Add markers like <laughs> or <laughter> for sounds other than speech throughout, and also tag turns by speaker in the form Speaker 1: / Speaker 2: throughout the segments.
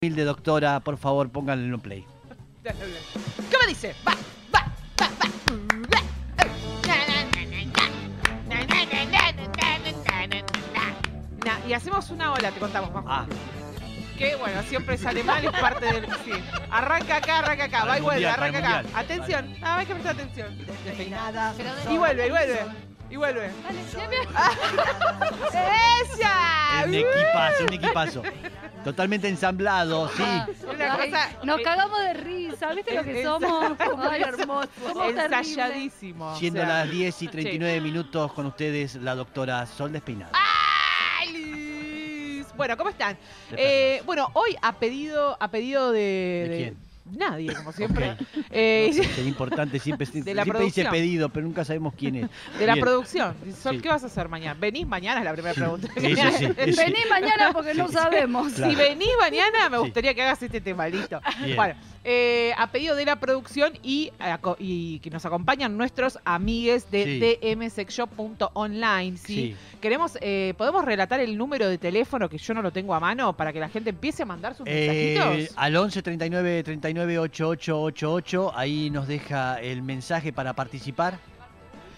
Speaker 1: humilde doctora, por favor, pónganle en play.
Speaker 2: ¿Qué me dice? Va, va, va, va. uh, va, uh, na, na, na, na, na. Na, na, na, na, na, na, na, na. Na, Y hacemos una ola, te contamos, Majo.
Speaker 1: Ah,
Speaker 2: Que bueno, siempre sale mal, es parte del. Sí. Arranca acá, arranca acá, va
Speaker 1: Para
Speaker 2: y
Speaker 1: el
Speaker 2: vuelve,
Speaker 1: mundial,
Speaker 2: arranca
Speaker 1: para
Speaker 2: acá.
Speaker 1: el mundial.
Speaker 2: Atención, nada más hay que prestar atención.
Speaker 3: Pero
Speaker 2: Y vuelve, y vuelve, y vuelve.
Speaker 3: Dale, dame.
Speaker 2: ¡Ella!
Speaker 1: un equipazo, un equipazo. Totalmente ensamblado, sí.
Speaker 2: Ah, Una
Speaker 3: Ay,
Speaker 2: cosa-
Speaker 3: Nos cagamos de risa, ¿viste lo que
Speaker 2: Es-
Speaker 3: <laughs> somos? Ay,
Speaker 4: hermoso.
Speaker 3: somos terribles.
Speaker 2: Ensayadísimo. o
Speaker 1: Siendo
Speaker 2: sea.
Speaker 1: las 10 y 39 minutos con ustedes, la doctora Sol Despeinada.
Speaker 2: Ah, ¡Ay, Liz! Bueno, ¿cómo están?
Speaker 1: De
Speaker 2: Eh, bueno, hoy a pedido, a pedido de,
Speaker 1: ¿De quién?
Speaker 2: nadie, como siempre.
Speaker 1: Ok.
Speaker 2: Eh,
Speaker 1: No, sí, es importante, siempre,
Speaker 2: De la
Speaker 1: siempre dice
Speaker 2: producción.
Speaker 1: pedido, pero nunca sabemos quién es.
Speaker 2: <laughs> <laughs> De la
Speaker 1: Bien.
Speaker 2: producción. Sol,
Speaker 1: Sí.
Speaker 2: ¿qué vas a hacer mañana? ¿Venís mañana? Es la primera pregunta.
Speaker 1: Sí, sí,
Speaker 2: <laughs>
Speaker 1: sí, sí, sí.
Speaker 3: Vení mañana porque no
Speaker 1: Sí.
Speaker 3: sabemos.
Speaker 1: Claro.
Speaker 2: Si venís mañana, me
Speaker 1: Sí.
Speaker 2: gustaría que hagas este tema, listo.
Speaker 1: Bien.
Speaker 2: Bueno, eh, a pedido de la producción y, eh, aco- y que nos acompañan nuestros amigues
Speaker 1: Sí.
Speaker 2: de tmsexshop.online. ¿sí?
Speaker 1: Sí.
Speaker 2: Queremos, eh, ¿podemos relatar el número de teléfono que yo no lo tengo a mano para que la gente empiece a mandar sus
Speaker 1: Eh,
Speaker 2: mensajitos?
Speaker 1: al 11 39 39 8888, ahí nos deja el mensaje para participar.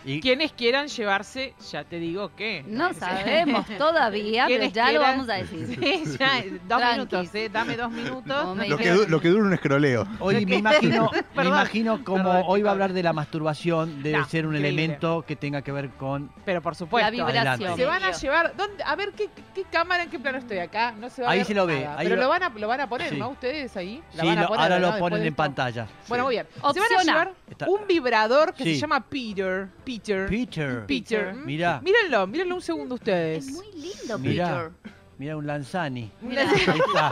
Speaker 1: Y
Speaker 2: Quienes quieran llevarse, ya te digo que. <laughs>
Speaker 3: No sabemos todavía, pero
Speaker 2: ¿Quiénes
Speaker 3: ya lo
Speaker 2: quieran?
Speaker 3: vamos a decir.
Speaker 2: Sí, ya, dos
Speaker 3: Tranqui.
Speaker 2: minutos, eh, dame dos minutos.
Speaker 3: No me
Speaker 4: Lo que,
Speaker 3: digas.
Speaker 4: du- lo que dura un escroleo.
Speaker 1: hoy me imagino, me
Speaker 2: <laughs> Perdón.
Speaker 1: imagino como
Speaker 2: Perdón,
Speaker 1: hoy va
Speaker 2: perdón.
Speaker 1: a hablar de la masturbación, debe
Speaker 2: No,
Speaker 1: ser un
Speaker 2: increíble.
Speaker 1: elemento que tenga que ver con
Speaker 2: Pero por
Speaker 3: La
Speaker 2: supuesto. eh.
Speaker 3: vibración.
Speaker 2: Se van a llevar, ¿dónde? a ver ¿qué, qué cámara, en qué plano estoy acá, no se va a
Speaker 1: Ahí
Speaker 2: ver
Speaker 1: se lo ve,
Speaker 2: nada.
Speaker 1: ahí
Speaker 2: Pero
Speaker 1: lo-
Speaker 2: lo van a, lo van a poner,
Speaker 1: Sí.
Speaker 2: ¿no? Ustedes ahí. La
Speaker 1: Sí,
Speaker 2: van a
Speaker 1: lo-
Speaker 2: poner,
Speaker 1: ahora
Speaker 2: ¿no?
Speaker 1: lo
Speaker 2: Después
Speaker 1: ponen
Speaker 2: de
Speaker 1: en
Speaker 2: esto. Uh,
Speaker 1: pantalla.
Speaker 2: Bueno,
Speaker 1: Sí.
Speaker 2: muy bien. Se
Speaker 3: Opciona.
Speaker 2: van a llevar
Speaker 1: Está-
Speaker 2: un vibrador que
Speaker 1: Sí.
Speaker 2: se llama Peter. Peter.
Speaker 1: Peter,
Speaker 2: Peter. ¿m?
Speaker 1: mirá,
Speaker 2: Mírenlo, mírenlo un segundo ustedes.
Speaker 3: Es muy lindo,
Speaker 1: Mirá.
Speaker 3: Peter.
Speaker 1: mira un
Speaker 2: <laughs>
Speaker 1: Lanzani.
Speaker 3: Mirá.
Speaker 1: Ahí está.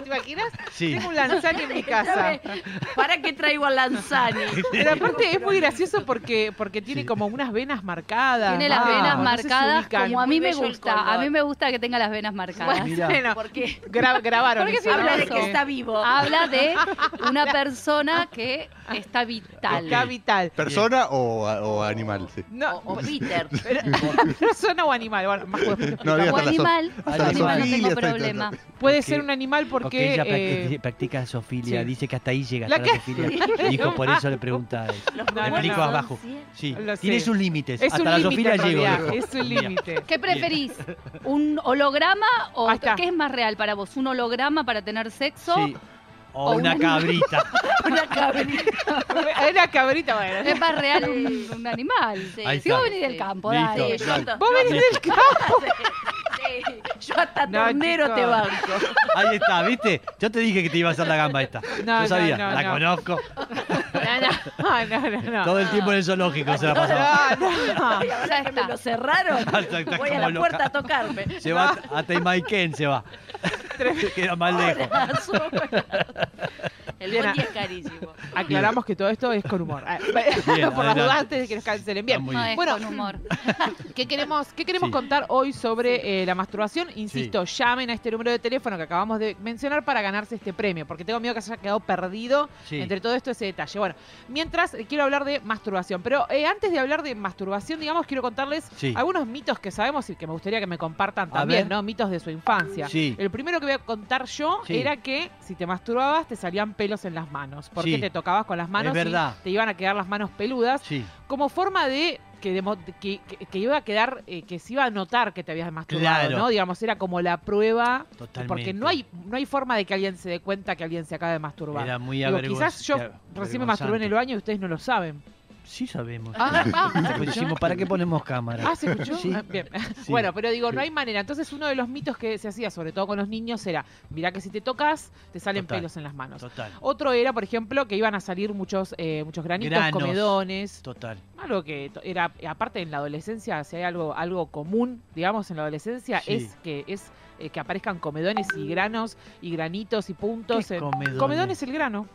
Speaker 2: ¿Te imaginas?
Speaker 1: Sí.
Speaker 2: Tengo un lanzani
Speaker 3: <laughs>
Speaker 2: en mi casa.
Speaker 3: ¿Para qué traigo a Lanzani?
Speaker 2: Pero aparte es muy gracioso porque, porque tiene
Speaker 1: Sí.
Speaker 2: como unas venas marcadas.
Speaker 3: Tiene las
Speaker 1: Ah,
Speaker 3: venas
Speaker 1: no
Speaker 2: se
Speaker 3: marcadas
Speaker 2: ubican.
Speaker 3: como a
Speaker 4: Muy
Speaker 3: mí me
Speaker 4: bello el
Speaker 3: gusta.
Speaker 4: color.
Speaker 3: A mí me gusta que tenga las venas marcadas.
Speaker 1: Mirá.
Speaker 2: Bueno,
Speaker 3: Porque
Speaker 2: gra- grabaron.
Speaker 3: Porque
Speaker 2: eso,
Speaker 3: se habla
Speaker 2: ¿no?
Speaker 3: de que
Speaker 2: Sí.
Speaker 3: está
Speaker 4: vivo.
Speaker 3: habla
Speaker 2: <laughs>
Speaker 3: de una persona que está vital.
Speaker 2: Está vital.
Speaker 4: ¿Persona o, a- o animal? Sí.
Speaker 3: Oh.
Speaker 2: No,
Speaker 5: O,
Speaker 1: <laughs>
Speaker 5: o Peter.
Speaker 2: Pero- <laughs> persona o animal. Bueno, más después te
Speaker 4: No, había
Speaker 3: O
Speaker 2: explicamos.
Speaker 4: hasta la zo-
Speaker 3: animal.
Speaker 4: hasta
Speaker 1: la
Speaker 3: animal no
Speaker 4: zoofilia
Speaker 3: tengo
Speaker 4: está-
Speaker 3: problema.
Speaker 2: Puede
Speaker 1: Ok.
Speaker 2: ser un animal
Speaker 1: Porque
Speaker 2: porque.
Speaker 1: ella practi-
Speaker 2: eh,
Speaker 1: practica zoofilia,
Speaker 2: sí.
Speaker 1: dice que hasta ahí llega
Speaker 2: ¿La
Speaker 1: hasta la zoofilia. Y Dijo, por
Speaker 2: <laughs>
Speaker 1: eso le pregunta a él.
Speaker 5: Los
Speaker 2: No,
Speaker 1: Me
Speaker 2: no,
Speaker 1: explico
Speaker 2: no.
Speaker 1: abajo. Sí,
Speaker 2: Lo sé.
Speaker 1: tiene sus límites.
Speaker 2: es
Speaker 1: hasta
Speaker 2: un
Speaker 1: la
Speaker 2: límite.
Speaker 1: zoofilia
Speaker 2: en
Speaker 1: llego.
Speaker 2: realidad,
Speaker 1: dijo.
Speaker 2: Es un
Speaker 1: Mira.
Speaker 2: límite. <laughs>
Speaker 3: ¿Qué preferís? ¿Un holograma o
Speaker 2: Ahí está.
Speaker 3: qué es más real para vos? ¿Un holograma para tener sexo? <laughs>
Speaker 1: Sí. O
Speaker 3: O
Speaker 1: una
Speaker 3: un-
Speaker 1: cabrita.
Speaker 2: Es la cabrita, bueno.
Speaker 3: Es más real un, un animal.
Speaker 5: Sí,
Speaker 1: Ahí
Speaker 3: Si
Speaker 1: está.
Speaker 3: vos venís del
Speaker 5: Sí.
Speaker 3: campo,
Speaker 1: Listo.
Speaker 3: dale.
Speaker 5: Sí, yo
Speaker 2: <laughs>
Speaker 5: hasta-
Speaker 2: Vos venís del campo.
Speaker 5: sí, <laughs> yo hasta
Speaker 2: No,
Speaker 5: tornero
Speaker 2: chicos.
Speaker 5: te banco.
Speaker 1: Ahí está, ¿viste? Yo te dije que te iba a hacer la gamba esta.
Speaker 2: No,
Speaker 1: Yo
Speaker 2: no,
Speaker 1: sabía,
Speaker 2: no,
Speaker 1: la
Speaker 2: no.
Speaker 1: conozco.
Speaker 2: <laughs> No, Ah, no, no, no.
Speaker 1: Todo el tiempo en el zoológico
Speaker 2: <laughs>
Speaker 1: se la pasaba.
Speaker 2: No, no.
Speaker 5: Y ahora
Speaker 3: Ya
Speaker 5: que
Speaker 3: está.
Speaker 5: me
Speaker 1: <laughs>
Speaker 5: lo cerraron,
Speaker 1: Hasta que está
Speaker 5: voy a
Speaker 1: como
Speaker 5: la puerta
Speaker 1: loca.
Speaker 5: a tocarme.
Speaker 1: Se va a Teimaiken, se
Speaker 2: <laughs>
Speaker 1: va. Se <laughs> queda más <laughs>
Speaker 5: <laughs>
Speaker 1: lejos.
Speaker 5: El
Speaker 2: Bien,
Speaker 5: bondi es carísimo.
Speaker 2: Aclaramos que todo esto es con humor. Ah, <laughs> Por las
Speaker 1: adelante.
Speaker 2: dudas antes de que nos cancelen.
Speaker 1: Está
Speaker 2: Bien.
Speaker 1: muy
Speaker 3: No es
Speaker 2: Bueno.
Speaker 3: con humor.
Speaker 2: ¿Qué queremos, qué queremos
Speaker 1: Mm. Sí.
Speaker 2: contar hoy sobre eh, la masturbación? Insisto, llamen a este número de teléfono que acabamos de mencionar para ganarse este premio, porque tengo miedo que haya quedado perdido
Speaker 1: Sí.
Speaker 2: entre todo esto ese detalle. Bueno, mientras eh, quiero hablar de masturbación, pero eh, antes de hablar de masturbación, digamos, quiero contarles
Speaker 1: Sí.
Speaker 2: algunos mitos que sabemos y que me gustaría que me compartan
Speaker 1: A
Speaker 2: también,
Speaker 1: ver.
Speaker 2: ¿no? Mitos de su infancia.
Speaker 1: Sí.
Speaker 2: El primero que voy a contar yo
Speaker 1: Sí.
Speaker 2: era que si te masturbabas te salían pelos en las manos, porque
Speaker 1: Sí.
Speaker 2: te tocabas con las manos
Speaker 1: Es verdad.
Speaker 2: y te iban a quedar las manos peludas
Speaker 1: Sí,
Speaker 2: como forma de que, demo- que, que- que iba a quedar, eh, que se iba a notar que te habías masturbado,
Speaker 1: Claro.
Speaker 2: ¿no? Digamos, era como la prueba.
Speaker 1: totalmente.
Speaker 2: Porque no hay, no hay forma de que alguien se dé cuenta que alguien se acaba de masturbar.
Speaker 1: Era muy
Speaker 2: Digo,
Speaker 1: avergonzante.
Speaker 2: quizás yo recién me masturbé en el baño y ustedes no lo saben.
Speaker 1: Sí sabemos.
Speaker 2: <laughs> Ah,
Speaker 1: Pues dijimos, ¿para qué ponemos cámara?
Speaker 2: Ah, ¿se escuchó?
Speaker 1: Sí.
Speaker 2: Ah, Bien.
Speaker 1: Sí.
Speaker 2: Bueno, pero digo, no hay manera. Entonces, uno de los mitos que se hacía, sobre todo con los niños, era: mirá que si te tocas, te salen
Speaker 1: Total.
Speaker 2: pelos en las manos.
Speaker 1: Total,
Speaker 2: Otro era, por ejemplo, que iban a salir muchos, eh, muchos granitos,
Speaker 1: Granos.
Speaker 2: comedones.
Speaker 1: total.
Speaker 2: Algo que to- era, eh, aparte en la adolescencia, si hay algo, algo común, digamos, en la adolescencia,
Speaker 1: Sí.
Speaker 2: es que es eh, que aparezcan comedones y granos y granitos y puntos.
Speaker 1: ¿Qué
Speaker 2: en-
Speaker 1: comedones?
Speaker 2: comedón es el grano.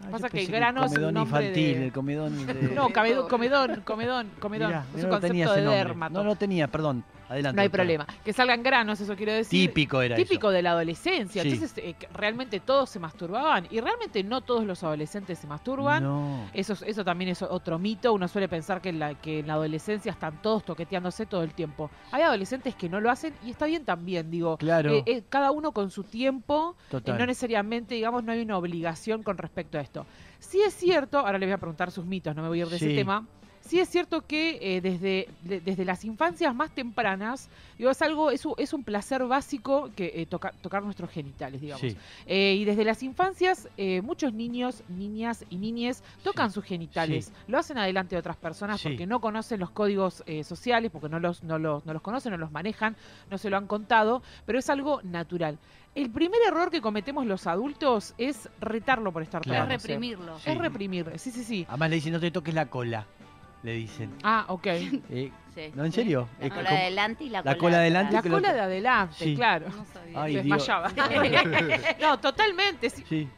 Speaker 1: Ah, yo
Speaker 2: pasa que
Speaker 1: pensé
Speaker 2: grano
Speaker 1: El
Speaker 2: es un
Speaker 1: comedón
Speaker 2: nombre
Speaker 1: infantil,
Speaker 2: de-
Speaker 1: el
Speaker 2: <laughs>
Speaker 1: comedón de...
Speaker 2: No, cabedo- comedón, comedón, comedón.
Speaker 1: Mirá,
Speaker 2: es
Speaker 1: no
Speaker 2: un
Speaker 1: lo tenía
Speaker 2: concepto
Speaker 1: ese
Speaker 2: de
Speaker 1: nombre.
Speaker 2: dermato.
Speaker 1: No lo tenía, perdón. Adelante.
Speaker 2: No hay
Speaker 1: doctora.
Speaker 2: problema. Que salgan granos, eso quiero decir.
Speaker 1: Típico era
Speaker 2: Típico
Speaker 1: eso.
Speaker 2: de la adolescencia.
Speaker 1: Sí.
Speaker 2: Entonces, eh, que realmente todos se masturbaban. Y realmente no todos los adolescentes se masturban.
Speaker 1: No.
Speaker 2: Eso, es- eso también es otro mito. Uno suele pensar que en, la, que en la adolescencia están todos toqueteándose todo el tiempo. Hay adolescentes que no lo hacen y está bien también, digo.
Speaker 1: Claro.
Speaker 2: Eh, eh, cada uno con su tiempo. eh,
Speaker 1: Total.
Speaker 2: no necesariamente, digamos, no hay una obligación con respecto a esto. Sí es cierto, ahora le voy a preguntar sus mitos, no me voy a ir de
Speaker 1: Sí.
Speaker 2: ese tema. Sí es cierto que eh, desde, de- desde las infancias más tempranas, digo, es algo, es un, es un placer básico que eh, toca- tocar nuestros genitales, digamos.
Speaker 1: Sí.
Speaker 2: Eh, y desde las infancias, eh, muchos niños, niñas y niñes tocan sus genitales.
Speaker 1: Sí.
Speaker 2: Lo hacen adelante de otras personas
Speaker 1: Sí.
Speaker 2: porque no conocen los códigos eh, sociales, porque no los, no, los, no los conocen, no los manejan, no se lo han contado, pero es algo natural. El primer error que cometemos los adultos es retarlo por estar
Speaker 1: Claro.
Speaker 3: Es
Speaker 2: tocándose.
Speaker 3: reprimirlo.
Speaker 1: Sí.
Speaker 2: Es reprimir, sí, sí, sí.
Speaker 1: Además le dicen, no te toques la cola. Le dicen.
Speaker 2: Ah,
Speaker 3: <laughs>
Speaker 2: ok.
Speaker 1: Eh,
Speaker 5: Sí.
Speaker 1: no, en serio.
Speaker 5: La
Speaker 1: Eh,
Speaker 5: cola
Speaker 1: como-
Speaker 5: adelante y la
Speaker 1: la
Speaker 5: cola, Ah,
Speaker 1: cola adelante.
Speaker 2: La
Speaker 1: que lo-
Speaker 2: cola de adelante,
Speaker 1: Sí.
Speaker 2: claro.
Speaker 3: No
Speaker 1: <laughs>
Speaker 3: sabía.
Speaker 1: Ay,
Speaker 2: Me
Speaker 1: Dios.
Speaker 2: desmayaba. <laughs> no, totalmente. sí.
Speaker 1: Sí.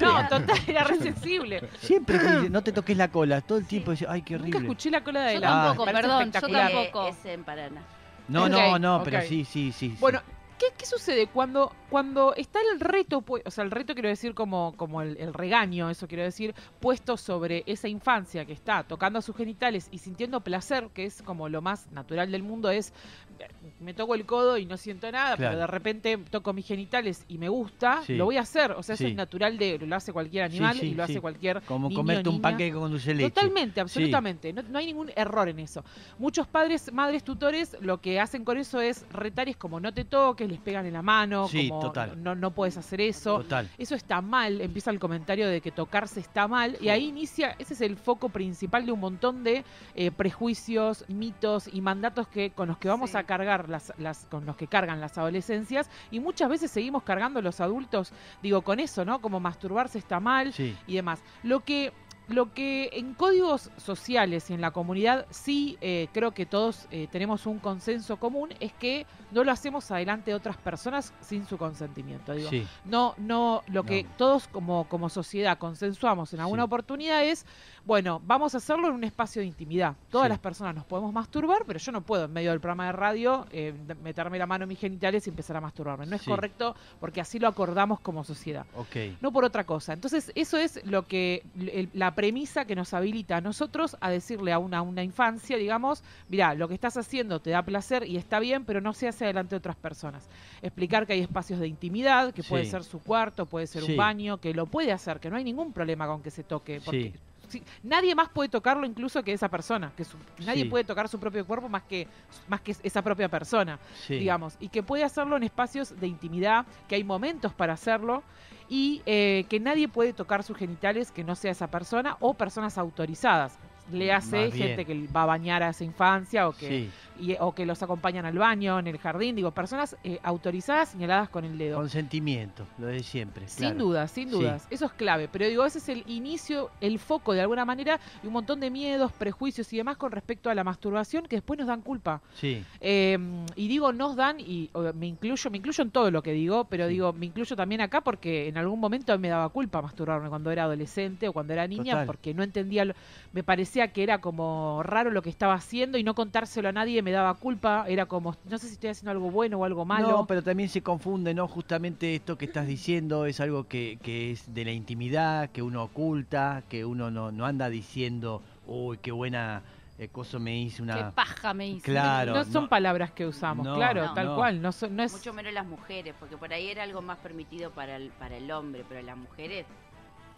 Speaker 2: No, total, era resensible.
Speaker 1: Siempre te dicen, no te toques la cola. Todo el tiempo dice, ay, qué
Speaker 2: Nunca
Speaker 1: horrible.
Speaker 2: escuché la cola de
Speaker 3: Yo
Speaker 2: adelante.
Speaker 3: tampoco,
Speaker 2: me parece
Speaker 3: perdón, yo
Speaker 2: espectacular.
Speaker 3: tampoco.
Speaker 5: Eh, Es en Paraná.
Speaker 1: No,
Speaker 2: Ok,
Speaker 1: no, no, pero
Speaker 2: ok.
Speaker 1: sí, sí, sí. sí.
Speaker 2: Bueno, ¿qué, qué sucede cuando, cuando está el reto, pu- o sea, el reto quiero decir como, como el, el regaño, eso quiero decir, puesto sobre esa infancia que está tocando sus genitales y sintiendo placer, que es como lo más natural del mundo, es eh, me toco el codo y no siento nada,
Speaker 1: Claro.
Speaker 2: pero de repente toco mis genitales y me gusta,
Speaker 1: Sí.
Speaker 2: lo voy a hacer, o sea, eso
Speaker 1: Sí.
Speaker 2: es natural de lo hace cualquier
Speaker 1: Sí,
Speaker 2: animal
Speaker 1: sí,
Speaker 2: y lo
Speaker 1: sí.
Speaker 2: hace cualquier
Speaker 1: Como
Speaker 2: niño,
Speaker 1: comerte un
Speaker 2: niña.
Speaker 1: panqueque con dulce de leche.
Speaker 2: Totalmente, absolutamente. No, no hay ningún error en eso. Muchos padres, madres, tutores, lo que hacen con eso es retar, es como no te toques, les pegan en la mano,
Speaker 1: Sí,
Speaker 2: como
Speaker 1: total.
Speaker 2: no, no puedes hacer eso.
Speaker 1: Total.
Speaker 2: Eso está mal, empieza el comentario de que tocarse está mal y ahí inicia, ese es el foco principal de un montón de eh, prejuicios, mitos y mandatos que con los que vamos
Speaker 3: Sí.
Speaker 2: a cargar las, las con los que cargan las adolescencias y muchas veces seguimos cargando los adultos, digo con eso, ¿no? Como masturbarse está mal,
Speaker 1: Sí.
Speaker 2: y demás. Lo que, lo que en códigos sociales y en la comunidad sí eh, creo que todos eh, tenemos un consenso común es que no lo hacemos adelante de otras personas sin su consentimiento. Digo,
Speaker 1: Sí.
Speaker 2: no, no, lo que
Speaker 1: No.
Speaker 2: todos como, como sociedad consensuamos en alguna
Speaker 1: Sí.
Speaker 2: oportunidad es, bueno, vamos a hacerlo en un espacio de intimidad. Todas
Speaker 1: Sí.
Speaker 2: las personas nos podemos masturbar, pero yo no puedo en medio del programa de radio eh, de- meterme la mano en mis genitales y empezar a masturbarme. No es
Speaker 1: Sí.
Speaker 2: correcto porque así lo acordamos como sociedad
Speaker 1: Ok.
Speaker 2: no por otra cosa. Entonces, eso es lo que el- la premisa que nos habilita a nosotros a decirle a una, a una infancia, digamos, mira, lo que estás haciendo te da placer y está bien, pero no se hace delante de otras personas. Explicar que hay espacios de intimidad, que puede
Speaker 1: Sí.
Speaker 2: ser su cuarto, puede ser
Speaker 1: Sí.
Speaker 2: un baño, que lo puede hacer, que no hay ningún problema con que se toque, porque
Speaker 1: Sí.
Speaker 2: sí, nadie más puede tocarlo incluso que esa persona, que su- nadie
Speaker 1: Sí.
Speaker 2: puede tocar su propio cuerpo más que más que esa propia persona
Speaker 1: Sí.
Speaker 2: digamos, y que puede hacerlo en espacios de intimidad, que hay momentos para hacerlo, y eh, que nadie puede tocar sus genitales que no sea esa persona o personas autorizadas. Le hace
Speaker 1: Mm, Más bien.
Speaker 2: gente que va a bañar a esa infancia o que,
Speaker 1: Sí.
Speaker 2: y- o que los acompañan al baño, en el jardín, digo, personas eh, autorizadas señaladas con el dedo.
Speaker 1: Consentimiento, lo de siempre.
Speaker 2: Sin
Speaker 1: claro.
Speaker 2: dudas, sin
Speaker 1: Sí.
Speaker 2: dudas. Eso es clave. Pero digo, ese es el inicio, el foco de alguna manera, y un montón de miedos, prejuicios y demás con respecto a la masturbación que después nos dan culpa.
Speaker 1: Sí.
Speaker 2: Eh, y digo, nos dan, y o, me incluyo, me incluyo en todo lo que digo, pero
Speaker 1: Sí.
Speaker 2: digo, me incluyo también acá porque en algún momento a mí me daba culpa masturbarme cuando era adolescente o cuando era niña,
Speaker 1: Total.
Speaker 2: porque no entendía, lo- me parecía que era como raro lo que estaba haciendo y no contárselo a nadie me daba culpa, era como, no sé si estoy haciendo algo bueno o algo malo.
Speaker 1: No, pero también se confunde, ¿no? Justamente esto que estás diciendo es algo que, que es de la intimidad, que uno oculta, que uno no, no anda diciendo, uy, qué buena eh, cosa me hizo
Speaker 3: Qué
Speaker 1: una...
Speaker 3: paja me hizo.
Speaker 1: Claro.
Speaker 2: no son
Speaker 1: no.
Speaker 2: palabras que usamos,
Speaker 1: No,
Speaker 2: claro,
Speaker 5: no,
Speaker 2: tal
Speaker 1: no.
Speaker 2: cual, no, son- no es...
Speaker 5: Mucho menos las mujeres, porque por ahí era algo más permitido para el, para el hombre, pero las mujeres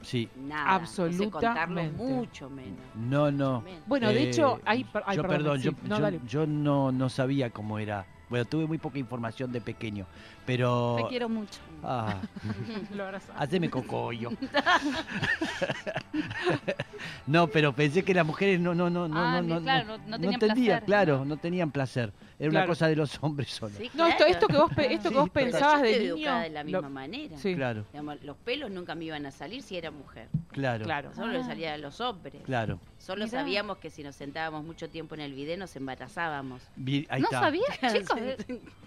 Speaker 1: Sí.
Speaker 5: nada.
Speaker 2: Absolutamente.
Speaker 5: Entonces, contarlo mucho menos.
Speaker 1: No, no.
Speaker 5: mucho menos.
Speaker 2: Bueno, de
Speaker 1: Eh,
Speaker 2: hecho, hay... per- ay,
Speaker 1: yo, perdón,
Speaker 2: sí,
Speaker 1: yo,
Speaker 2: no,
Speaker 1: yo-
Speaker 2: dale.
Speaker 1: <laughs> yo no, no sabía cómo era. Bueno, tuve muy poca información de pequeño, pero...
Speaker 3: Te quiero mucho.
Speaker 1: Ah,
Speaker 2: Lo abrazo.
Speaker 1: haceme cocoyo. no, pero pensé que las mujeres no, no, no, no,
Speaker 3: Ah,
Speaker 1: no,
Speaker 3: ni-
Speaker 1: no,
Speaker 3: claro, no- no tenían placer.
Speaker 1: claro, no tenían placer. Era una
Speaker 2: Claro.
Speaker 1: cosa de los hombres solo.
Speaker 5: Sí,
Speaker 2: No, esto,
Speaker 5: claro.
Speaker 2: esto que vos, pe- esto que
Speaker 1: Sí,
Speaker 2: vos
Speaker 1: pero
Speaker 5: Pero yo
Speaker 2: pensabas
Speaker 5: estoy
Speaker 2: de niño...
Speaker 5: educada de la
Speaker 2: lo-
Speaker 5: misma manera.
Speaker 2: sí.
Speaker 1: Claro,
Speaker 5: Digamos, los pelos nunca me iban a salir si era mujer.
Speaker 1: claro, claro,
Speaker 2: Claro.
Speaker 5: Solo
Speaker 3: Ah.
Speaker 5: le salía a los hombres.
Speaker 1: claro.
Speaker 5: Solo
Speaker 3: Mirá.
Speaker 5: sabíamos que si nos sentábamos mucho tiempo en el video nos embarazábamos.
Speaker 1: Vi- ahí está.
Speaker 3: no
Speaker 1: <laughs>
Speaker 3: sabías, chicos. eh,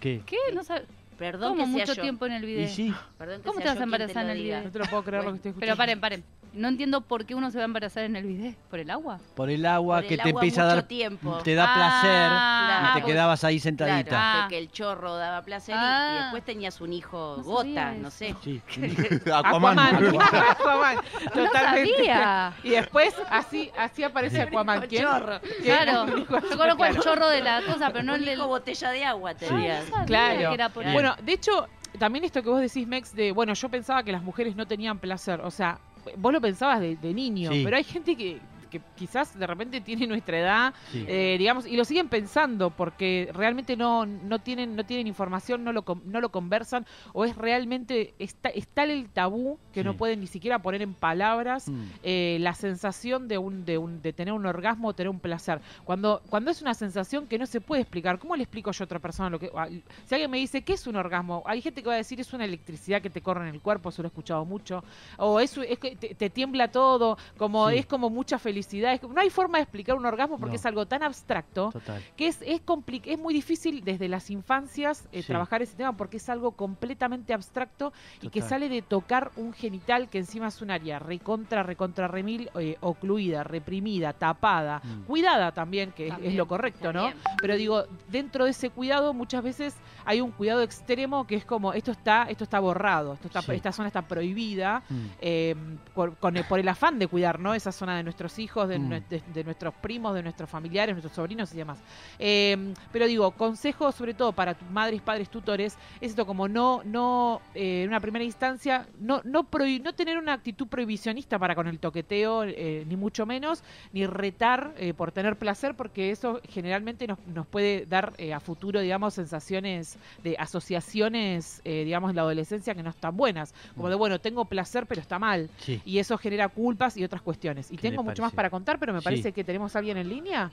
Speaker 1: ¿Qué?
Speaker 3: ¿Qué? No sabía.
Speaker 5: Perdón
Speaker 3: Como
Speaker 5: que sea
Speaker 3: mucho
Speaker 5: yo.
Speaker 3: tiempo en el
Speaker 1: Y
Speaker 3: video.
Speaker 1: sí,
Speaker 5: Perdón que
Speaker 3: ¿Cómo te vas a
Speaker 5: sea yo quien lo
Speaker 3: embarazar en el
Speaker 5: diga.
Speaker 3: video?
Speaker 2: No te lo puedo creer lo que estoy escuchando.
Speaker 3: Pero paren, paren. No entiendo por qué uno se va a embarazar en el bidet. ¿Por el agua?
Speaker 1: Por el agua
Speaker 5: Por
Speaker 1: que
Speaker 5: el
Speaker 1: te
Speaker 5: agua
Speaker 1: empieza a
Speaker 5: mucho
Speaker 1: dar.
Speaker 5: tiempo.
Speaker 1: Te da
Speaker 3: Ah,
Speaker 1: placer y
Speaker 5: claro.
Speaker 1: te quedabas ahí sentadita.
Speaker 5: Claro,
Speaker 3: Ah.
Speaker 5: que el chorro daba placer y- y,
Speaker 3: Ah.
Speaker 5: después tenías un hijo
Speaker 3: No
Speaker 5: gota,
Speaker 3: sabía
Speaker 5: no
Speaker 3: eso.
Speaker 5: sé.
Speaker 1: Sí,
Speaker 4: <laughs> Aquaman.
Speaker 1: <laughs>
Speaker 2: Aquaman.
Speaker 3: No
Speaker 2: Totalmente.
Speaker 3: sabía.
Speaker 2: Y después así, así aparece Aquaman. ¿Quién?
Speaker 5: Chorro.
Speaker 2: ¿Quién?
Speaker 3: Claro. Yo conozco el chorro de la cosa, pero no
Speaker 5: un
Speaker 3: el del-
Speaker 5: hijo botella de agua
Speaker 1: Sí.
Speaker 5: tenías.
Speaker 3: sabía
Speaker 2: Claro.
Speaker 3: que era por ahí.
Speaker 2: Bueno, de hecho, también esto que vos decís, Mex, de bueno, yo pensaba que las mujeres no tenían placer. O sea, vos lo pensabas de, de niño,
Speaker 1: Sí.
Speaker 2: pero hay gente que, que quizás de repente tiene nuestra edad,
Speaker 1: sí.
Speaker 2: eh, digamos, y lo siguen pensando porque realmente no, no tienen, no tienen información, no lo, con- no lo conversan, o es realmente, está, es tal el tabú que no
Speaker 1: Sí.
Speaker 2: pueden ni siquiera poner en palabras
Speaker 1: Mm.
Speaker 2: eh, la sensación de, un, de, un- de tener un orgasmo o tener un placer. Cuando, cuando es una sensación que no se puede explicar, ¿cómo le explico yo a otra persona lo que... a- Si alguien me dice, ¿qué es un orgasmo? Hay gente que va a decir, es una electricidad que te corre en el cuerpo, eso lo he escuchado mucho. O es, es que te, te tiembla todo, como
Speaker 1: Sí.
Speaker 2: es como mucha felicidad. Es como- no hay forma de explicar un orgasmo porque
Speaker 1: No.
Speaker 2: es algo tan abstracto
Speaker 1: Total.
Speaker 2: que es, es, compli- es muy difícil desde las infancias eh,
Speaker 1: Sí.
Speaker 2: trabajar ese tema porque es algo completamente abstracto y que
Speaker 1: Total.
Speaker 2: sale de tocar un genital que encima es un área recontra, recontra remil, eh, ocluida, reprimida, tapada,
Speaker 1: Mm.
Speaker 2: cuidada también, que es- es,
Speaker 5: También,
Speaker 2: lo correcto, ¿no?
Speaker 5: también.
Speaker 2: Pero digo, dentro de ese cuidado muchas veces hay un cuidado extremo que es como, esto está, esto está borrado, esto está,
Speaker 1: Sí.
Speaker 2: esta zona está prohibida,
Speaker 1: Mm.
Speaker 2: eh, por, con el, por el afán de cuidar ¿no? esa zona de nuestros hijos, de,
Speaker 1: Mm.
Speaker 2: nue- de- de nuestros primos, de nuestros familiares, nuestros sobrinos y demás. Eh, pero digo, consejo sobre todo para tus madres, padres, tutores, es esto como no, no eh, en una primera instancia, no, no, prohi- no tener una actitud prohibicionista para con el toqueteo, eh, ni mucho menos, ni retar eh, por tener placer, porque eso generalmente nos, nos puede dar eh, a futuro, digamos, sensaciones de asociaciones, eh, digamos, en la adolescencia que no están buenas. Como de, bueno, tengo placer, pero está mal.
Speaker 1: Sí.
Speaker 2: Y eso genera culpas y otras cuestiones. Y
Speaker 1: ¿Qué le
Speaker 2: tengo
Speaker 1: parece?
Speaker 2: mucho más para contar, pero me
Speaker 1: Sí.
Speaker 2: parece que tenemos a alguien en línea.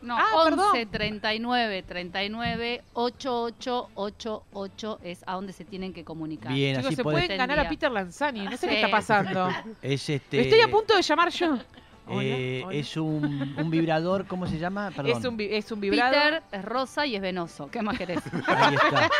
Speaker 3: No,
Speaker 2: Ah,
Speaker 3: 11 39 39 88 88 es a donde se tienen que comunicar.
Speaker 1: Bien,
Speaker 2: Chicos,
Speaker 1: así
Speaker 2: se
Speaker 1: puede.
Speaker 2: pueden ganar a
Speaker 3: Entendía.
Speaker 2: Peter Lanzani. No sé qué
Speaker 3: Sí.
Speaker 1: <laughs>
Speaker 2: está pasando.
Speaker 1: Es este.
Speaker 2: Estoy a punto de llamar yo.
Speaker 1: eh,
Speaker 2: Hola, hola.
Speaker 1: Es un, un vibrador, ¿cómo se llama? Perdón.
Speaker 2: Es un, vi- es un vibrado.
Speaker 3: Peter es rosa y es venoso. ¿Qué más
Speaker 1: <laughs>
Speaker 3: querés?
Speaker 1: Ahí está.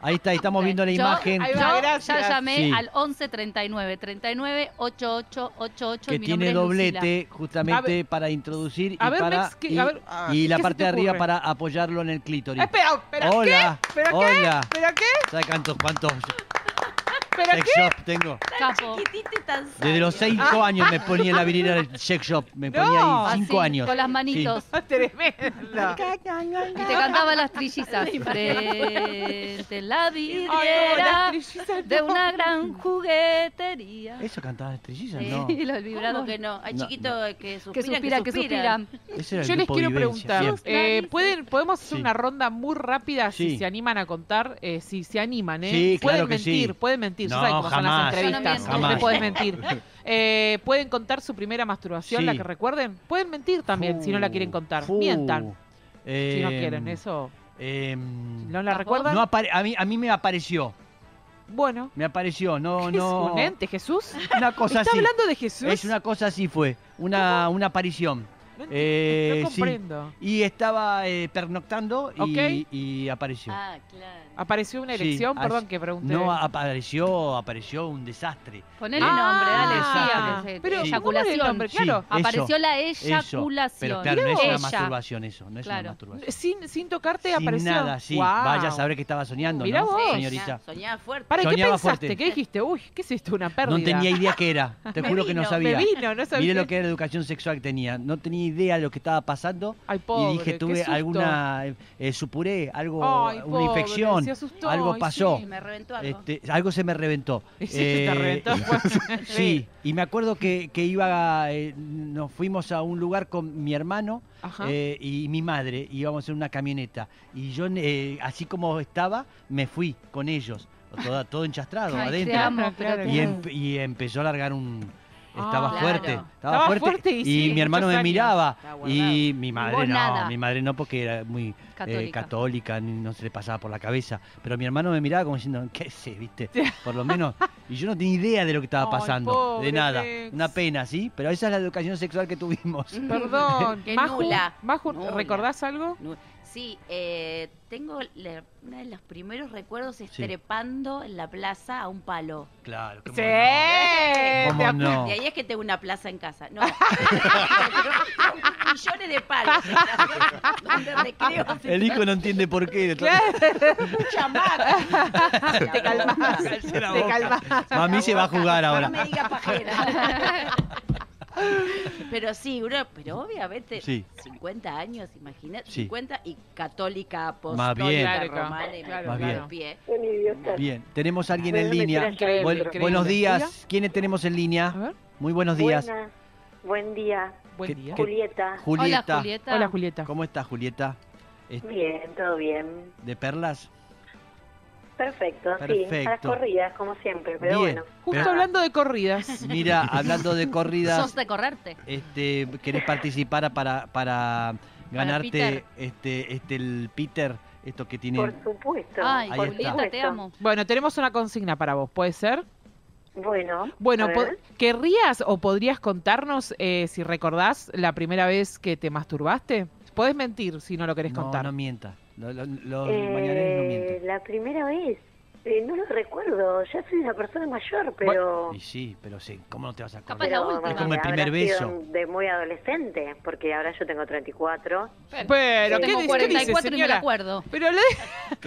Speaker 1: Ahí está, ahí estamos viendo la
Speaker 3: Yo-
Speaker 1: imagen
Speaker 2: ahí
Speaker 3: Yo
Speaker 2: va, gracias.
Speaker 3: ya llamé
Speaker 1: Sí.
Speaker 3: al 11 39 39 88 88 y
Speaker 1: que
Speaker 3: mi
Speaker 1: tiene
Speaker 3: nombre es Lucila.
Speaker 1: doblete
Speaker 2: A
Speaker 1: justamente
Speaker 2: ver-
Speaker 1: para introducir y
Speaker 2: a ver,
Speaker 1: para
Speaker 2: Mex, que-
Speaker 1: y,
Speaker 2: a ver,
Speaker 1: y
Speaker 2: ¿qué
Speaker 1: la
Speaker 2: se
Speaker 1: parte
Speaker 2: te
Speaker 1: de arriba
Speaker 2: ocurre?
Speaker 1: para apoyarlo en el clítoris.
Speaker 2: Espera, espera,
Speaker 1: hola,
Speaker 2: ¿qué? ¿Pero qué?
Speaker 1: hola.
Speaker 2: ¿Pero qué?
Speaker 1: ¿Sabes cuántos, cuántos
Speaker 2: ¿Pero
Speaker 1: sex
Speaker 2: qué?
Speaker 1: shops tengo?
Speaker 3: Capo.
Speaker 5: Chiquitito y tan sabio.
Speaker 1: Desde los 5 años me ponía en la virina del sex shop. Me
Speaker 2: No.
Speaker 1: ponía ahí
Speaker 3: Así,
Speaker 1: 5 años.
Speaker 3: Con
Speaker 1: <laughs>
Speaker 3: las manitos.
Speaker 2: <laughs> Tremendo.
Speaker 3: Y te cantaba las trillizas. Frente la
Speaker 2: Ay, no,
Speaker 3: vidriera
Speaker 2: las trillizas
Speaker 3: de
Speaker 2: no.
Speaker 3: una gran juguetería.
Speaker 1: ¿Eso cantaba estrellillas?
Speaker 3: Sí,
Speaker 1: No.
Speaker 3: lo del
Speaker 5: Claro
Speaker 3: vibrador
Speaker 5: que
Speaker 3: que,
Speaker 5: no. Hay
Speaker 1: No,
Speaker 5: chiquito que suspira,
Speaker 3: suspira, que suspira.
Speaker 1: Ese era el
Speaker 2: Yo les
Speaker 1: grupo
Speaker 2: quiero
Speaker 1: Vivencia.
Speaker 2: preguntar,
Speaker 1: Bien.
Speaker 2: eh, ¿pueden, podemos hacer
Speaker 1: Sí.
Speaker 2: una ronda muy rápida si
Speaker 1: Sí.
Speaker 2: se animan a contar, eh, si se animan, ¿eh?
Speaker 1: Sí,
Speaker 2: pueden
Speaker 1: claro que sí.
Speaker 2: mentir, pueden mentir,
Speaker 1: No,
Speaker 2: ya saben cómo
Speaker 1: jamás.
Speaker 2: son las entrevistas,
Speaker 3: Yo no miento.
Speaker 2: me
Speaker 1: Jamás.
Speaker 2: pueden mentir.
Speaker 1: <laughs>
Speaker 2: Eh, pueden contar su primera masturbación,
Speaker 1: Sí.
Speaker 2: la que recuerden, pueden mentir también si no la quieren contar,
Speaker 1: Fu,
Speaker 2: mientan si no
Speaker 1: em,
Speaker 2: quieren, eso,
Speaker 1: em,
Speaker 2: ¿no la
Speaker 3: ¿Capó?
Speaker 2: recuerdan?
Speaker 1: no apare- a, mí, a mí me apareció.
Speaker 2: Bueno,
Speaker 1: Me apareció, no,
Speaker 2: ¿qué es
Speaker 1: no.
Speaker 2: un ente, Jesús?
Speaker 1: Una cosa
Speaker 2: ¿Está
Speaker 1: así.
Speaker 2: hablando de Jesús?
Speaker 1: Es una cosa así fue. Una, una aparición.
Speaker 2: No, ent-
Speaker 1: Eh,
Speaker 2: no
Speaker 1: sí.
Speaker 2: comprendo.
Speaker 1: Y estaba eh, pernoctando y,
Speaker 2: Ok.
Speaker 1: y apareció.
Speaker 5: Ah, claro.
Speaker 2: ¿Apareció una
Speaker 1: Sí,
Speaker 2: erección?
Speaker 1: así-
Speaker 2: Perdón que pregunté.
Speaker 1: No apareció, apareció un desastre.
Speaker 3: Ponele
Speaker 1: Ah,
Speaker 3: nombre, dale,
Speaker 2: ah,
Speaker 3: sí,
Speaker 1: sí.
Speaker 2: pero
Speaker 3: pero,
Speaker 2: ¿cómo era el
Speaker 3: eyaculación.
Speaker 2: nombre?
Speaker 1: Sí.
Speaker 2: Claro.
Speaker 3: Apareció la
Speaker 1: Eso.
Speaker 3: eyaculación.
Speaker 1: Pero claro, no es
Speaker 3: Ella.
Speaker 1: una masturbación eso, no es
Speaker 3: Claro.
Speaker 1: una masturbación.
Speaker 2: Eh, Sin, sin tocarte
Speaker 1: Sin
Speaker 2: apareció.
Speaker 1: nada, sí.
Speaker 2: Guau.
Speaker 1: Vaya a saber que estaba soñando,
Speaker 2: Mirá
Speaker 1: ¿no,
Speaker 2: vos.
Speaker 5: Sí,
Speaker 1: señorita?
Speaker 5: ya, Soñaba fuerte.
Speaker 2: Para, ¿y ¿qué
Speaker 1: Soñaba
Speaker 2: pensaste?
Speaker 1: fuerte.
Speaker 2: ¿Qué dijiste? Uy, ¿qué es esto? Una pérdida.
Speaker 1: No tenía idea que
Speaker 2: <laughs>
Speaker 1: era. Te
Speaker 5: Me
Speaker 1: juro que no
Speaker 5: vino,
Speaker 2: Me
Speaker 1: sabía.
Speaker 2: vino, no sabía.
Speaker 1: Miré lo que era educación sexual que tenía. No tenía idea de lo que estaba pasando.
Speaker 2: Ay, pobre,
Speaker 1: y dije,
Speaker 2: qué
Speaker 1: tuve
Speaker 2: susto.
Speaker 1: alguna. eh, eh, supuré, algo,
Speaker 2: Ay,
Speaker 1: una
Speaker 2: pobre,
Speaker 1: infección.
Speaker 2: se asustó,
Speaker 1: algo
Speaker 2: ay, sí.
Speaker 1: pasó.
Speaker 2: <laughs>
Speaker 5: Sí, me reventó
Speaker 3: <laughs>
Speaker 5: algo.
Speaker 1: Este, algo se me reventó.
Speaker 2: Y <laughs> sí, se te
Speaker 1: Eh, <laughs>
Speaker 2: reventó. <laughs> Bueno,
Speaker 1: Sí, y me acuerdo que, que iba, eh, nos fuimos a un lugar con mi hermano
Speaker 2: Ajá.
Speaker 1: eh, y mi madre, íbamos en una camioneta. Y yo, eh, así como estaba, me fui con ellos, todo, todo enchastrado
Speaker 3: Ay, te
Speaker 1: adentro.
Speaker 3: amo, pero
Speaker 2: Claro,
Speaker 3: te
Speaker 1: Y,
Speaker 3: amo.
Speaker 1: em- y empezó a largar un... Estaba
Speaker 2: Ah,
Speaker 1: fuerte,
Speaker 5: claro.
Speaker 1: estaba,
Speaker 2: Estaba
Speaker 1: fuerte,
Speaker 2: fuerte y
Speaker 1: y,
Speaker 2: sí,
Speaker 1: mi hermano
Speaker 2: muchos
Speaker 1: me
Speaker 2: años.
Speaker 1: miraba
Speaker 5: Estaba guardado.
Speaker 1: y mi
Speaker 3: vos
Speaker 1: madre no,
Speaker 3: nada.
Speaker 1: mi madre no porque era muy eh,
Speaker 3: Católica.
Speaker 1: católica, ni- no se le pasaba por la cabeza, pero mi hermano me miraba como diciendo, ¿qué sé, viste? Por lo menos, y yo no tenía idea de lo que estaba
Speaker 2: <laughs> Ay,
Speaker 1: pasando,
Speaker 2: pobre
Speaker 1: de nada,
Speaker 2: Lex.
Speaker 1: una pena, ¿sí? Pero
Speaker 2: Mm.
Speaker 1: esa es la educación sexual que tuvimos.
Speaker 2: Perdón.
Speaker 5: <laughs> Qué
Speaker 2: Maju,
Speaker 5: nula.
Speaker 2: Maju,
Speaker 5: Nula.
Speaker 2: ¿recordás algo?
Speaker 5: Nu- Sí, eh, tengo la- uno de los primeros recuerdos estrepando en la plaza a un palo.
Speaker 1: Claro.
Speaker 2: Sí,
Speaker 1: cómo no.
Speaker 2: ¿te
Speaker 1: ¿Cómo
Speaker 2: acuerdas?
Speaker 1: no?
Speaker 5: De ahí es que tengo una plaza en casa.
Speaker 3: <laughs>
Speaker 5: No. Millones de
Speaker 1: <laughs>
Speaker 5: palos. Donde recreo
Speaker 1: <laughs>
Speaker 5: se
Speaker 1: El hijo no entiende por qué. <laughs>
Speaker 5: escucha más.
Speaker 2: Te calmas.
Speaker 1: Cállese la
Speaker 2: Te
Speaker 1: boca.
Speaker 2: calmas.
Speaker 1: Mami se va a jugar
Speaker 5: No me
Speaker 1: ahora.
Speaker 5: diga pajera. <laughs> pero sí, uno, pero obviamente
Speaker 1: Sí.
Speaker 5: 50 años, imagínate,
Speaker 1: Sí.
Speaker 5: 50 y católica
Speaker 1: Más bien.
Speaker 5: apostólica romana y
Speaker 2: Claro,
Speaker 1: Más claro.
Speaker 5: de pie.
Speaker 1: Bien, tenemos a alguien en
Speaker 6: Bueno, me
Speaker 1: línea.
Speaker 6: tiras adentro.
Speaker 1: Buen-
Speaker 2: Increíble.
Speaker 1: buenos días.
Speaker 2: Mira.
Speaker 1: ¿Quién tenemos en
Speaker 2: A
Speaker 1: línea?
Speaker 2: ver,
Speaker 1: Muy buenos días.
Speaker 6: Buenas. Buen día,
Speaker 1: ¿Qué-
Speaker 2: buen día.
Speaker 1: qué-
Speaker 6: Julieta.
Speaker 1: Julieta.
Speaker 3: Hola, Julieta.
Speaker 2: Hola, Julieta.
Speaker 1: ¿Cómo estás, Julieta? Es-
Speaker 6: Bien, todo bien.
Speaker 1: ¿De perlas?
Speaker 6: Perfecto, sí. A las
Speaker 1: Perfecto.
Speaker 6: corridas, como siempre,
Speaker 1: Bien.
Speaker 6: pero bueno.
Speaker 2: Justo
Speaker 1: Pero-
Speaker 2: hablando de corridas.
Speaker 1: Mira, hablando de corridas,
Speaker 3: Sos de correrte.
Speaker 1: este, ¿querés participar para, para ganarte
Speaker 3: Peter.
Speaker 1: este, este, el Peter? Esto que tiene.
Speaker 6: Por supuesto.
Speaker 3: Ay,
Speaker 1: Ahí
Speaker 6: por
Speaker 1: está.
Speaker 3: Julieta, te
Speaker 6: supuesto.
Speaker 3: amo.
Speaker 2: Bueno, tenemos una consigna para vos, ¿puede ser?
Speaker 6: Bueno,
Speaker 2: Bueno,
Speaker 6: a
Speaker 2: po-
Speaker 6: ver.
Speaker 2: ¿querrías o podrías contarnos eh, si recordás la primera vez que te masturbaste? Podés mentir si no lo querés
Speaker 1: No,
Speaker 2: contar.
Speaker 1: no mienta. Lo- lo- Los,
Speaker 6: eh,
Speaker 1: mañaneros no mienten.
Speaker 6: la primera vez. eh, no lo recuerdo, ya soy una persona mayor, pero...
Speaker 1: Y sí, pero sí, ¿cómo no te vas a
Speaker 3: Capaz
Speaker 1: acordar?
Speaker 3: la
Speaker 6: pero,
Speaker 3: última.
Speaker 6: eh,
Speaker 1: Como el primer
Speaker 6: habrá sido
Speaker 1: beso.
Speaker 6: De muy adolescente, porque ahora yo tengo 34.
Speaker 2: Pero,
Speaker 6: Yo
Speaker 2: ¿qué,
Speaker 6: tengo
Speaker 2: dice- qué dice,
Speaker 3: 44 y me lo
Speaker 2: señora?
Speaker 3: acuerdo.
Speaker 2: Pero le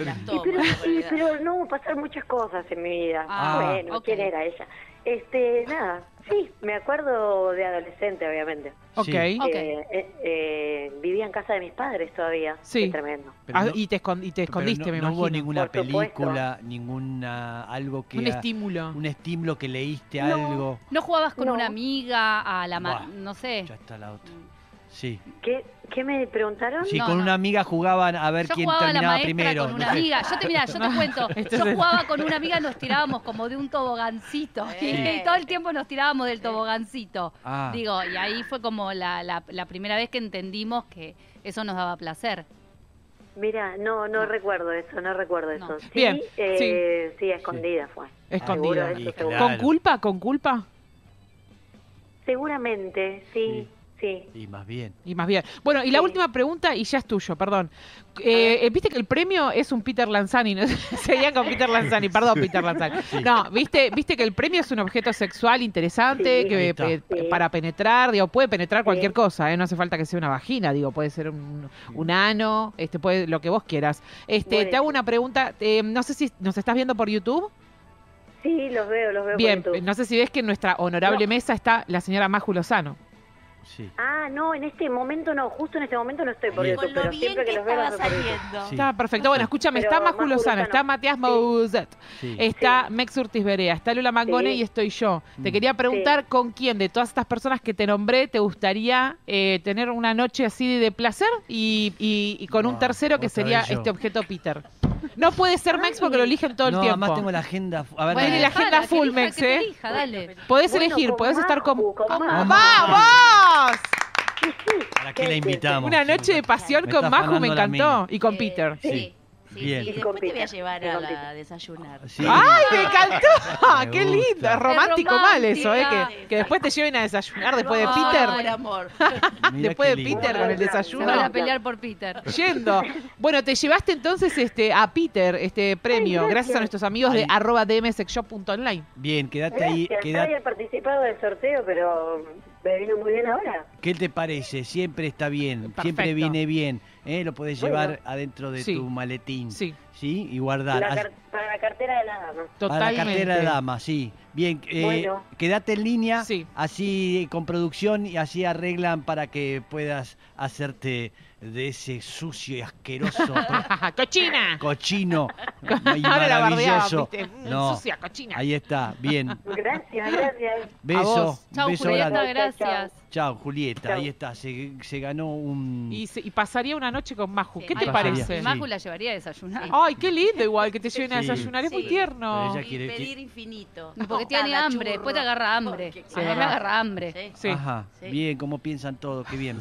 Speaker 5: Las
Speaker 6: Y
Speaker 5: tomo,
Speaker 6: pero,
Speaker 5: en
Speaker 6: sí,
Speaker 5: realidad.
Speaker 6: pero no hubo pasar muchas cosas en mi vida.
Speaker 1: Ah,
Speaker 6: bueno,
Speaker 3: ok.
Speaker 6: ¿quién era ella? Este, nada, sí, me acuerdo de adolescente, obviamente.
Speaker 1: Sí.
Speaker 2: Ok.
Speaker 3: Ok.
Speaker 6: Eh, eh, eh, vivía en casa de mis padres todavía.
Speaker 2: Sí.
Speaker 6: Qué tremendo.
Speaker 1: Pero
Speaker 2: Ah,
Speaker 1: no-
Speaker 2: y, te escon- y te
Speaker 1: pero
Speaker 2: escondiste,
Speaker 1: no,
Speaker 2: me
Speaker 1: no
Speaker 2: imagino.
Speaker 1: hubo ninguna
Speaker 6: Por supuesto.
Speaker 1: película, ninguna algo que
Speaker 2: Un
Speaker 1: ha-
Speaker 2: estímulo.
Speaker 1: un estímulo que leíste
Speaker 6: No.
Speaker 1: algo.
Speaker 3: ¿No jugabas con
Speaker 6: No.
Speaker 3: una amiga, a la ma-
Speaker 1: Buah.
Speaker 3: no sé?
Speaker 1: Ya está la otra. Sí.
Speaker 6: ¿Qué, qué me preguntaron?
Speaker 1: Sí,
Speaker 3: No,
Speaker 1: con
Speaker 3: no.
Speaker 1: una amiga jugaban a ver
Speaker 3: Yo
Speaker 1: quién
Speaker 3: jugaba a la
Speaker 1: terminaba
Speaker 3: maestra
Speaker 1: primero.
Speaker 3: con una
Speaker 1: no sé.
Speaker 3: amiga. Yo te, mirá, yo
Speaker 1: <laughs>
Speaker 3: te cuento.
Speaker 2: Esto
Speaker 3: Yo
Speaker 2: es-
Speaker 3: jugaba con una amiga, nos tirábamos como de un tobogancito. <laughs>
Speaker 5: Eh.
Speaker 3: Y todo el tiempo nos tirábamos del tobogancito.
Speaker 1: Ah,
Speaker 3: Digo, y ahí fue como la, la- la primera vez que entendimos que eso nos daba placer.
Speaker 6: Mira, no, no recuerdo eso, no recuerdo
Speaker 3: No.
Speaker 6: eso. Sí,
Speaker 2: Bien,
Speaker 6: eh, sí. escondida fue.
Speaker 2: Escondido.
Speaker 6: Seguro,
Speaker 1: y
Speaker 6: eso seguro.
Speaker 2: ¿Con
Speaker 1: claro,
Speaker 2: culpa? ¿Con culpa?
Speaker 6: Seguramente, sí, sí.
Speaker 1: Y más bien.
Speaker 2: Y más bien. Bueno, y la
Speaker 6: Sí.
Speaker 2: última pregunta, y ya es tuyo, perdón. Eh, Viste que el premio es un Peter Lanzani, ¿no? <laughs> Seguían con Peter Lanzani, perdón, Peter Lanzani. No, viste, viste que el premio es un objeto sexual interesante
Speaker 1: Ahí
Speaker 6: Sí.
Speaker 2: que
Speaker 1: está.
Speaker 2: pe-
Speaker 6: Sí.
Speaker 2: para penetrar, digo, puede penetrar cualquier
Speaker 6: Sí.
Speaker 2: cosa, ¿eh? no hace falta que sea una vagina, digo, puede ser un, un ano, este, puede, lo que vos quieras. Este, te
Speaker 6: Buenísimo.
Speaker 2: hago una pregunta, eh, no sé si nos estás viendo por YouTube.
Speaker 6: Sí, los veo, los veo. por
Speaker 2: Bien,
Speaker 6: YouTube.
Speaker 2: no sé si ves que en nuestra honorable
Speaker 6: No.
Speaker 2: mesa está la señora Máju Lozano.
Speaker 1: Sí.
Speaker 6: Ah, no, en este momento no, justo en este momento no estoy por
Speaker 1: Bien.
Speaker 6: YouTube,
Speaker 5: Con lo
Speaker 6: pero
Speaker 5: bien
Speaker 6: siempre
Speaker 5: que,
Speaker 6: que los veo
Speaker 5: estaba
Speaker 6: los veo por YouTube.
Speaker 5: saliendo.
Speaker 1: Sí.
Speaker 2: Está perfecto. Bueno, escúchame,
Speaker 6: Pero
Speaker 2: está
Speaker 6: Máju
Speaker 2: Máju Lozano,
Speaker 6: Lozano.
Speaker 2: está Matías
Speaker 6: Sí.
Speaker 2: Mouzet,
Speaker 1: Sí.
Speaker 2: está Mex Urtis Berea, está Lula Mangone
Speaker 6: Sí.
Speaker 2: y estoy yo. Te
Speaker 1: Mm.
Speaker 2: quería preguntar con quién de todas estas personas que te nombré te gustaría eh, tener una noche así de placer y, y- y con un
Speaker 1: No,
Speaker 2: tercero que
Speaker 1: otra
Speaker 2: sería
Speaker 1: vez yo.
Speaker 2: este objeto Peter. No puede ser Mex porque lo eligen todo el
Speaker 1: no,
Speaker 2: tiempo.
Speaker 1: además tengo la agenda. fu- A ver,
Speaker 2: Bueno,
Speaker 1: dale.
Speaker 2: y la
Speaker 3: dejala,
Speaker 2: agenda
Speaker 3: que
Speaker 2: full,
Speaker 3: elija,
Speaker 2: Mex,
Speaker 3: que te
Speaker 2: ¿eh?
Speaker 3: elija, dale.
Speaker 2: Podés
Speaker 6: Bueno,
Speaker 2: elegir,
Speaker 6: con
Speaker 2: podés estar con... Ah,
Speaker 6: Majo, con
Speaker 3: con
Speaker 6: Majo.
Speaker 2: ¡Vamos!
Speaker 1: ¿Para qué la
Speaker 6: Sí, sí,
Speaker 1: invitamos?
Speaker 2: Una noche de pasión
Speaker 1: Me
Speaker 2: con
Speaker 1: está
Speaker 2: Majo me
Speaker 1: afanando la
Speaker 2: encantó.
Speaker 1: mina.
Speaker 2: Y con
Speaker 5: Eh,
Speaker 2: Peter.
Speaker 5: Sí.
Speaker 1: Sí.
Speaker 5: sí,
Speaker 1: Bien.
Speaker 5: sí.
Speaker 1: Y
Speaker 5: Después
Speaker 6: con
Speaker 5: te voy a
Speaker 6: Peter,
Speaker 5: llevar
Speaker 6: y
Speaker 5: a
Speaker 6: con
Speaker 5: la
Speaker 6: Peter.
Speaker 5: desayunar.
Speaker 1: Sí.
Speaker 2: ¡Ay, me encantó!
Speaker 1: Me
Speaker 2: <laughs> ¡Qué lindo!
Speaker 1: gusta.
Speaker 2: Romántico
Speaker 3: Es
Speaker 2: mal eso, ¿eh?
Speaker 3: romántica.
Speaker 2: Que, que después te lleven a desayunar después de
Speaker 5: Vamos,
Speaker 2: Peter.
Speaker 5: Por amor.
Speaker 1: Mirá
Speaker 2: Después
Speaker 1: qué
Speaker 2: de
Speaker 1: lindo.
Speaker 2: Peter con el
Speaker 3: Se
Speaker 2: desayuno.
Speaker 3: van a pelear por Peter.
Speaker 2: Yendo. Bueno, te llevaste entonces este a Peter este premio,
Speaker 6: Ay,
Speaker 2: gracias.
Speaker 6: gracias.
Speaker 2: a nuestros amigos
Speaker 1: Ay.
Speaker 2: de arroba dmsexshop.online.
Speaker 1: Bien, quédate ahí.
Speaker 6: Gracias, no
Speaker 1: queda-
Speaker 6: había participado del sorteo, pero me vino muy bien ahora.
Speaker 1: ¿Qué te parece? Siempre está bien, siempre
Speaker 2: Perfecto.
Speaker 1: viene bien. ¿eh? Lo podés
Speaker 6: Bueno.
Speaker 1: llevar adentro de
Speaker 2: Sí.
Speaker 1: tu maletín. Sí.
Speaker 2: Sí,
Speaker 1: Y guardar.
Speaker 6: La
Speaker 1: Así-
Speaker 6: car- para la cartera de la dama.
Speaker 1: Para la
Speaker 2: totalmente.
Speaker 1: cartera de dama, sí. Bien, eh,
Speaker 6: Bueno.
Speaker 1: quédate en línea,
Speaker 2: Sí.
Speaker 1: así con producción y así arreglan para que puedas hacerte de ese sucio y
Speaker 2: <laughs>
Speaker 1: asqueroso
Speaker 2: Ajá, cochina.
Speaker 1: cochino y
Speaker 2: Ahora la bardeaba,
Speaker 1: maravilloso.
Speaker 2: viste. Mm,
Speaker 1: No,
Speaker 2: Sucia, cochina.
Speaker 1: ahí está, bien. <laughs>
Speaker 6: Gracias, gracias.
Speaker 1: Beso,
Speaker 2: vos.
Speaker 3: Chau,
Speaker 1: beso
Speaker 3: Julieta,
Speaker 1: grande.
Speaker 3: gracias.
Speaker 1: Chao, Julieta,
Speaker 6: Chau.
Speaker 1: ahí está, se, se ganó un...
Speaker 2: Y, se- y pasaría una noche con Maju.
Speaker 5: Sí.
Speaker 2: ¿Qué te
Speaker 1: Ahí
Speaker 2: parece?
Speaker 1: pasaría.
Speaker 3: Mácula llevaría a desayunar.
Speaker 5: Sí.
Speaker 2: ¡Ay, Ay, qué lindo igual que te lleven a
Speaker 1: Sí.
Speaker 2: desayunar. Es muy
Speaker 5: Sí.
Speaker 2: tierno.
Speaker 1: Pero <laughs>
Speaker 5: Y
Speaker 1: ella quiere-
Speaker 5: pedir infinito.
Speaker 3: No, Porque tiene
Speaker 5: Cada
Speaker 3: hambre,
Speaker 5: churro.
Speaker 3: después te agarra hambre.
Speaker 5: Porque-
Speaker 3: Se le agarra hambre.
Speaker 5: Sí.
Speaker 2: Sí.
Speaker 1: Ajá,
Speaker 5: Sí.
Speaker 1: bien, cómo piensan todos, qué bien.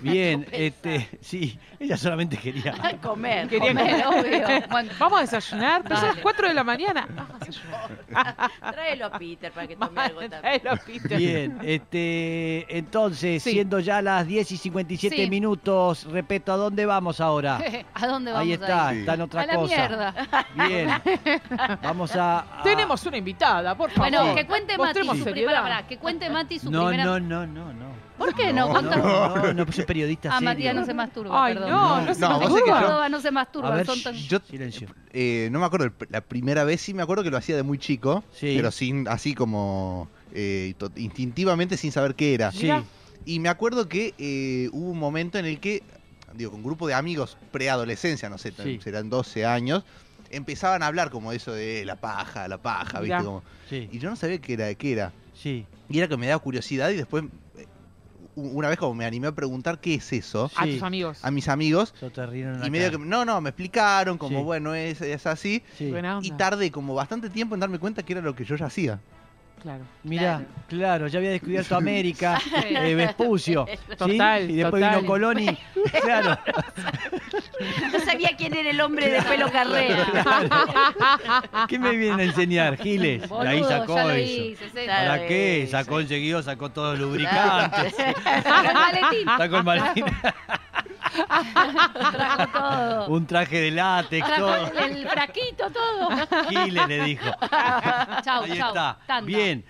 Speaker 1: Bien, este, sí, ella solamente quería.
Speaker 5: <laughs> Comer.
Speaker 2: Quería
Speaker 5: comer.
Speaker 3: Comer, obvio. Bueno,
Speaker 2: <laughs> Vamos a desayunar, pero son las
Speaker 3: Dale.
Speaker 2: 4 de la mañana. Vamos a desayunar.
Speaker 5: Tráelo a Peter para que tome algo también.
Speaker 2: Tráelo, Peter.
Speaker 1: Bien, este, entonces,
Speaker 2: Sí.
Speaker 1: siendo ya las 10 y 57
Speaker 3: Sí.
Speaker 1: minutos, repito, ¿a dónde vamos
Speaker 3: <laughs>
Speaker 1: ahora?
Speaker 3: ¿A dónde vamos?
Speaker 1: Ahí está,
Speaker 3: ahí?
Speaker 4: ir?
Speaker 1: está en otra
Speaker 3: a la
Speaker 1: cosa.
Speaker 3: mierda.
Speaker 1: Bien, vamos a. a-
Speaker 2: Tenemos una invitada, por favor.
Speaker 3: Bueno, que cuente Mati
Speaker 2: Mostremos
Speaker 3: su pri-
Speaker 2: seriedad.
Speaker 3: pará, pará, que cuente Mati su
Speaker 1: No,
Speaker 3: primera.
Speaker 1: no, no, no, no.
Speaker 3: ¿Por qué no?
Speaker 4: No,
Speaker 3: Cuenta-
Speaker 1: No, no, no, soy periodista
Speaker 3: Ah,
Speaker 1: serio.
Speaker 3: Matías no se masturba,
Speaker 2: Ay,
Speaker 3: perdón.
Speaker 2: no, no,
Speaker 4: No,
Speaker 2: se
Speaker 4: no, vos sé que
Speaker 2: masturba.
Speaker 4: yo-
Speaker 3: Córdoba no se
Speaker 1: A
Speaker 3: masturba,
Speaker 1: ver,
Speaker 3: son tan-
Speaker 1: shh,
Speaker 4: Yo-
Speaker 1: silencio.
Speaker 4: Eh, no me acuerdo, el- la primera vez sí me acuerdo que lo hacía de muy chico,
Speaker 1: Sí.
Speaker 4: pero sin, así como eh, to- instintivamente sin saber qué era.
Speaker 1: Sí,
Speaker 2: Mirá.
Speaker 4: Y me acuerdo que eh, hubo un momento en el que, digo, con un grupo de amigos preadolescencia, no sé, tan-
Speaker 1: Sí.
Speaker 4: serán 12 años, empezaban a hablar como eso de la paja, la paja,
Speaker 2: Mirá.
Speaker 4: ¿viste? Como-
Speaker 1: sí,
Speaker 4: y yo no sabía qué era, qué era.
Speaker 1: sí.
Speaker 4: Y era que me daba curiosidad y después, eh, u- una vez como me animé a preguntar qué es eso
Speaker 2: A
Speaker 1: Sí.
Speaker 2: tus amigos.
Speaker 4: a mis amigos,
Speaker 1: Yo te rieron la
Speaker 4: y medio que,
Speaker 1: cara.
Speaker 4: no, no, me explicaron como,
Speaker 1: Sí.
Speaker 4: bueno, es, es así.
Speaker 1: Sí.
Speaker 2: Buena
Speaker 4: Y
Speaker 2: onda.
Speaker 4: tardé como bastante tiempo en darme cuenta que era lo que yo ya hacía.
Speaker 2: Claro.
Speaker 1: Mirá, claro. ya había descubierto América, eh,
Speaker 3: <laughs>
Speaker 1: Vespucio. ¿sí?
Speaker 2: Total,
Speaker 1: Y después
Speaker 2: total.
Speaker 1: vino Colón y. Claro.
Speaker 5: No sabía quién era el hombre de pelo carrera.
Speaker 1: ¿Qué me vienen a enseñar, Giles?
Speaker 3: Boludo,
Speaker 1: de ahí sacó
Speaker 3: ya lo
Speaker 1: eso.
Speaker 3: hice, sí.
Speaker 5: Claro.
Speaker 1: ¿Para qué?
Speaker 5: Sí,
Speaker 1: Sacó
Speaker 5: sí.
Speaker 1: el seguidor, sacó todos los lubricantes,
Speaker 3: Sacó el maletín,
Speaker 1: sacó
Speaker 3: <laughs>
Speaker 1: el maletín,
Speaker 3: trajo todo.
Speaker 1: un traje de látex,
Speaker 3: Trajo
Speaker 1: todo.
Speaker 3: el, el fraquito, todo.
Speaker 1: Giles le dijo.
Speaker 3: Chau,
Speaker 1: <laughs> Ahí
Speaker 3: chau.
Speaker 1: está.
Speaker 3: Tanda.
Speaker 1: Bien.